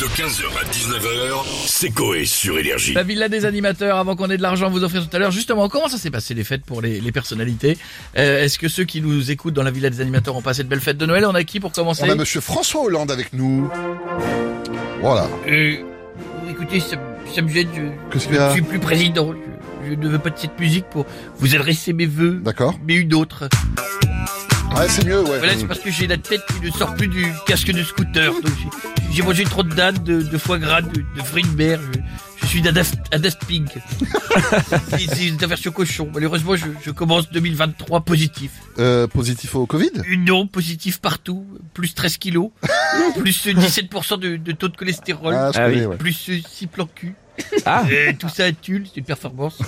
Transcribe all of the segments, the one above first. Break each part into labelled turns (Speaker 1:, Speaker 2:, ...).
Speaker 1: De 15h à 19h, c'est Coé sur Énergie.
Speaker 2: La villa des animateurs, avant qu'on ait de l'argent à vous offrir tout à l'heure, justement, comment ça s'est passé les fêtes pour les, les personnalités Euh, Est-ce que ceux qui nous écoutent dans la villa des animateurs ont passé de belles fêtes de Noël On a qui pour commencer
Speaker 3: On a Monsieur François Hollande avec nous. Voilà.
Speaker 4: Euh, écoutez, ça, ça me gêne, je,
Speaker 3: Qu'est-ce qu'il y
Speaker 4: je
Speaker 3: a
Speaker 4: suis plus président. Je, je ne veux pas de cette musique pour vous adresser mes vœux,
Speaker 3: D'accord.
Speaker 4: mais une autre.
Speaker 3: Ouais, c'est mieux, ouais. Mm.
Speaker 4: Voilà, c'est parce que j'ai la tête qui ne sort plus du casque de scooter. Donc j'ai- j'ai mangé trop de dates, de, de foie gras, de, de fruits de mer. Je, je suis d'un Daft un Daft Punk. C'est- c'est la version cochon. Malheureusement, je, je commence 2023 positif.
Speaker 3: Euh, positif au Covid
Speaker 4: Une non positive partout, plus 13 kilos, plus 17% de, de taux de cholestérol.
Speaker 3: Ah, je
Speaker 5: Ah oui.
Speaker 3: connais, ouais.
Speaker 4: plus euh, six plans cul.
Speaker 5: Ah.
Speaker 4: Euh, tout ça à Tulle, c'est une performance.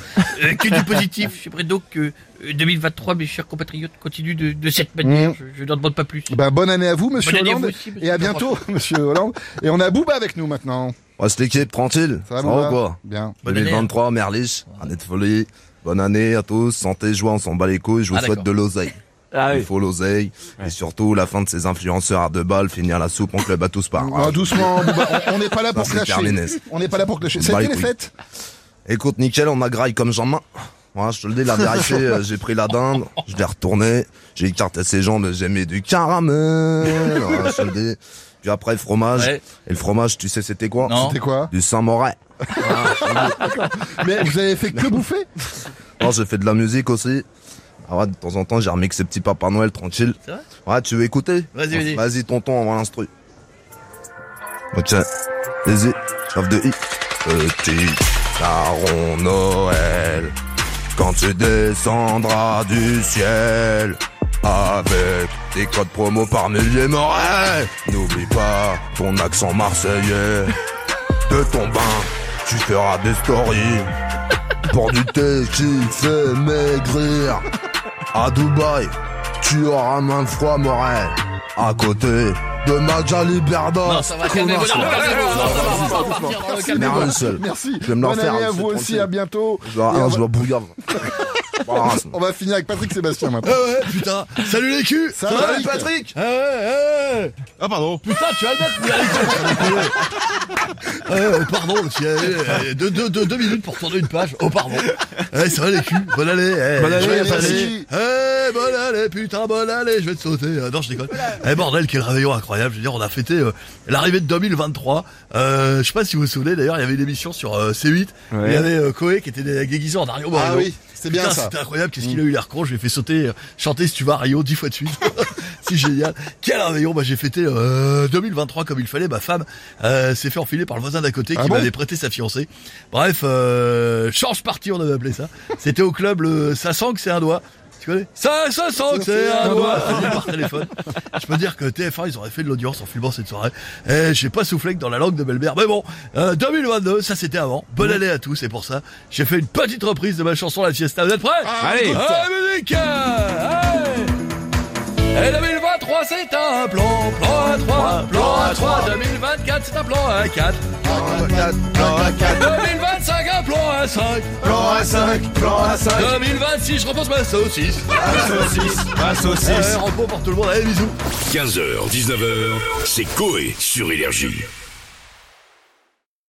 Speaker 4: Euh, que du positif. J'aimerais donc que euh, 2023, mes chers compatriotes, continuent de, de cette manière.
Speaker 3: Mm.
Speaker 4: Je, je n'en demande pas plus.
Speaker 3: Ben, bonne année à vous, Monsieur
Speaker 4: Bonne année à
Speaker 3: Hollande.
Speaker 4: vous aussi, monsieur
Speaker 3: Et à
Speaker 4: Laurent.
Speaker 3: bientôt, Monsieur Hollande. Et on a Booba avec nous maintenant.
Speaker 6: On va se l'équipe tranquille.
Speaker 3: Ça va,
Speaker 6: va
Speaker 3: Booba
Speaker 6: quoi
Speaker 3: Bien.
Speaker 2: Bonne année. hein.
Speaker 6: 2023, Merlich, année de folie. Bonne année à tous, santé, joie, on s'en bat les couilles, je vous
Speaker 2: Ah,
Speaker 6: souhaite
Speaker 2: d'accord.
Speaker 6: de l'oseille.
Speaker 5: Ah
Speaker 6: Il faut l'oseille. Et surtout, la fin de ces influenceurs à deux balles, finir la soupe, on club à tous par.
Speaker 3: Ah, doucement, Booba. On- On n'est pas là pour
Speaker 6: c'est
Speaker 3: clasher.
Speaker 6: terminé.
Speaker 3: On n'est pas là pour clasher.
Speaker 6: Bah,
Speaker 3: Ça a été les
Speaker 6: écoute.
Speaker 3: fêtes
Speaker 6: Écoute, nickel, on a graille comme Jean-Main. Voilà, je te le dis, la vérité, euh, j'ai pris la dinde, je l'ai retournée, j'ai écarté ses jambes, j'ai mis du caramel. Voilà, je te le dis. Puis après, le fromage.
Speaker 2: Ouais.
Speaker 6: Et le fromage, tu sais, c'était quoi
Speaker 2: Non. Ah.
Speaker 3: C'était quoi
Speaker 6: Du Saint-Moret.
Speaker 3: Mais vous avez fait que bouffer
Speaker 6: Non, j'ai fait de la musique aussi. Ah ouais, de temps en temps, j'ai remixé Petit Papa Noël tranquille.
Speaker 2: C'est vrai
Speaker 6: Ouais, tu veux écouter
Speaker 2: Vas-y, vas-y.
Speaker 6: Vas-y, tonton, envoie l'instru. Ok. Vas-y, chef de i. Euh, Petit caron Noël, quand tu descendras du ciel, avec tes codes promo parmi les morels, n'oublie pas ton accent marseillais. De ton bain, tu feras des stories pour du thé qui fait maigrir. À Dubaï, tu auras main froid Morel. À côté de Majali Berda.
Speaker 2: Non, ça va, calmez-vous, non, calmez-vous, non, ça va, on va pas partir dans le calme.
Speaker 6: Merde, un seul.
Speaker 3: Merci.
Speaker 6: Je vais me
Speaker 3: Bonne
Speaker 6: l'enfer,
Speaker 3: année à
Speaker 6: hein,
Speaker 3: vous
Speaker 6: c'est
Speaker 3: aussi.
Speaker 6: tranquille.
Speaker 3: À bientôt.
Speaker 6: Je dois-
Speaker 3: Et on
Speaker 6: un,
Speaker 3: va-
Speaker 6: je dois bouillir. Barrasse.
Speaker 3: On va finir avec Patrick Sébastien maintenant.
Speaker 7: ouais, putain. Salut les culs.
Speaker 3: Ça va, Patrick
Speaker 7: Ah ouais, ouais. Ah pardon. Putain, tu vas le mettre. vous allez- Ouais, oh, pardon, monsieur, euh, deux, deux, deux, deux minutes pour tourner une page. Oh, pardon. Eh, ça va les culs. Bonne année. eh.
Speaker 6: Bonne année,
Speaker 7: Joyeux
Speaker 3: Patrick.
Speaker 7: Eh, bonne année, putain, bonne année. Je vais te sauter. Euh, non, je déconne. Eh, bordel, quel réveillon incroyable. Je veux dire, on a fêté euh, l'arrivée de 2023. Euh, je sais pas si vous vous souvenez, d'ailleurs, il y avait une émission sur euh, C8. Il y avait euh, Koé qui était dé- déguisé en Dario
Speaker 3: Ah
Speaker 7: Moreno.
Speaker 3: oui, c'est bien
Speaker 7: Putain,
Speaker 3: ça. Mm.
Speaker 7: C'était incroyable, qu'est-ce qu'il a eu l'air con, je l'ai fait sauter, euh, chanter si tu vas à Rio dix fois de suite. c'est génial. Quel réveillon, bah, j'ai fêté euh, 2023 comme il fallait, ma femme euh, s'est fait enfiler par le voisin d'à côté
Speaker 3: Ah
Speaker 7: qui
Speaker 3: bon
Speaker 7: m'avait prêté sa fiancée. Bref, euh, change parti on avait appelé ça. C'était au club, le, ça sent que c'est un doigt. Tu connais ça, ça sent que c'est un doigt. Ça dit par téléphone. Je peux dire que TF1, ils auraient fait de l'audience en filmant cette soirée. Et j'ai pas soufflé que dans la langue de Belbert. Mais bon, euh, 2022, ça c'était avant. Bonne année à tous. Et pour ça, j'ai fait une petite reprise de ma chanson La Fiesta. Vous êtes prêts
Speaker 5: Allez.
Speaker 7: Ah, Allez, musique Eh, Allez. Et 2023, c'est un plan. Plan à 3, plan à 3. 2024, c'est un plan à 4.
Speaker 6: Plan à 4,
Speaker 7: 2025, un plan à 5.
Speaker 6: plan à 5, plan à 5.
Speaker 7: 2026, je repose ma saucisse. Eh, Euh, repos pour tout le monde. Allez, bisous.
Speaker 1: 15h, 19h, c'est Coé sur Énergie.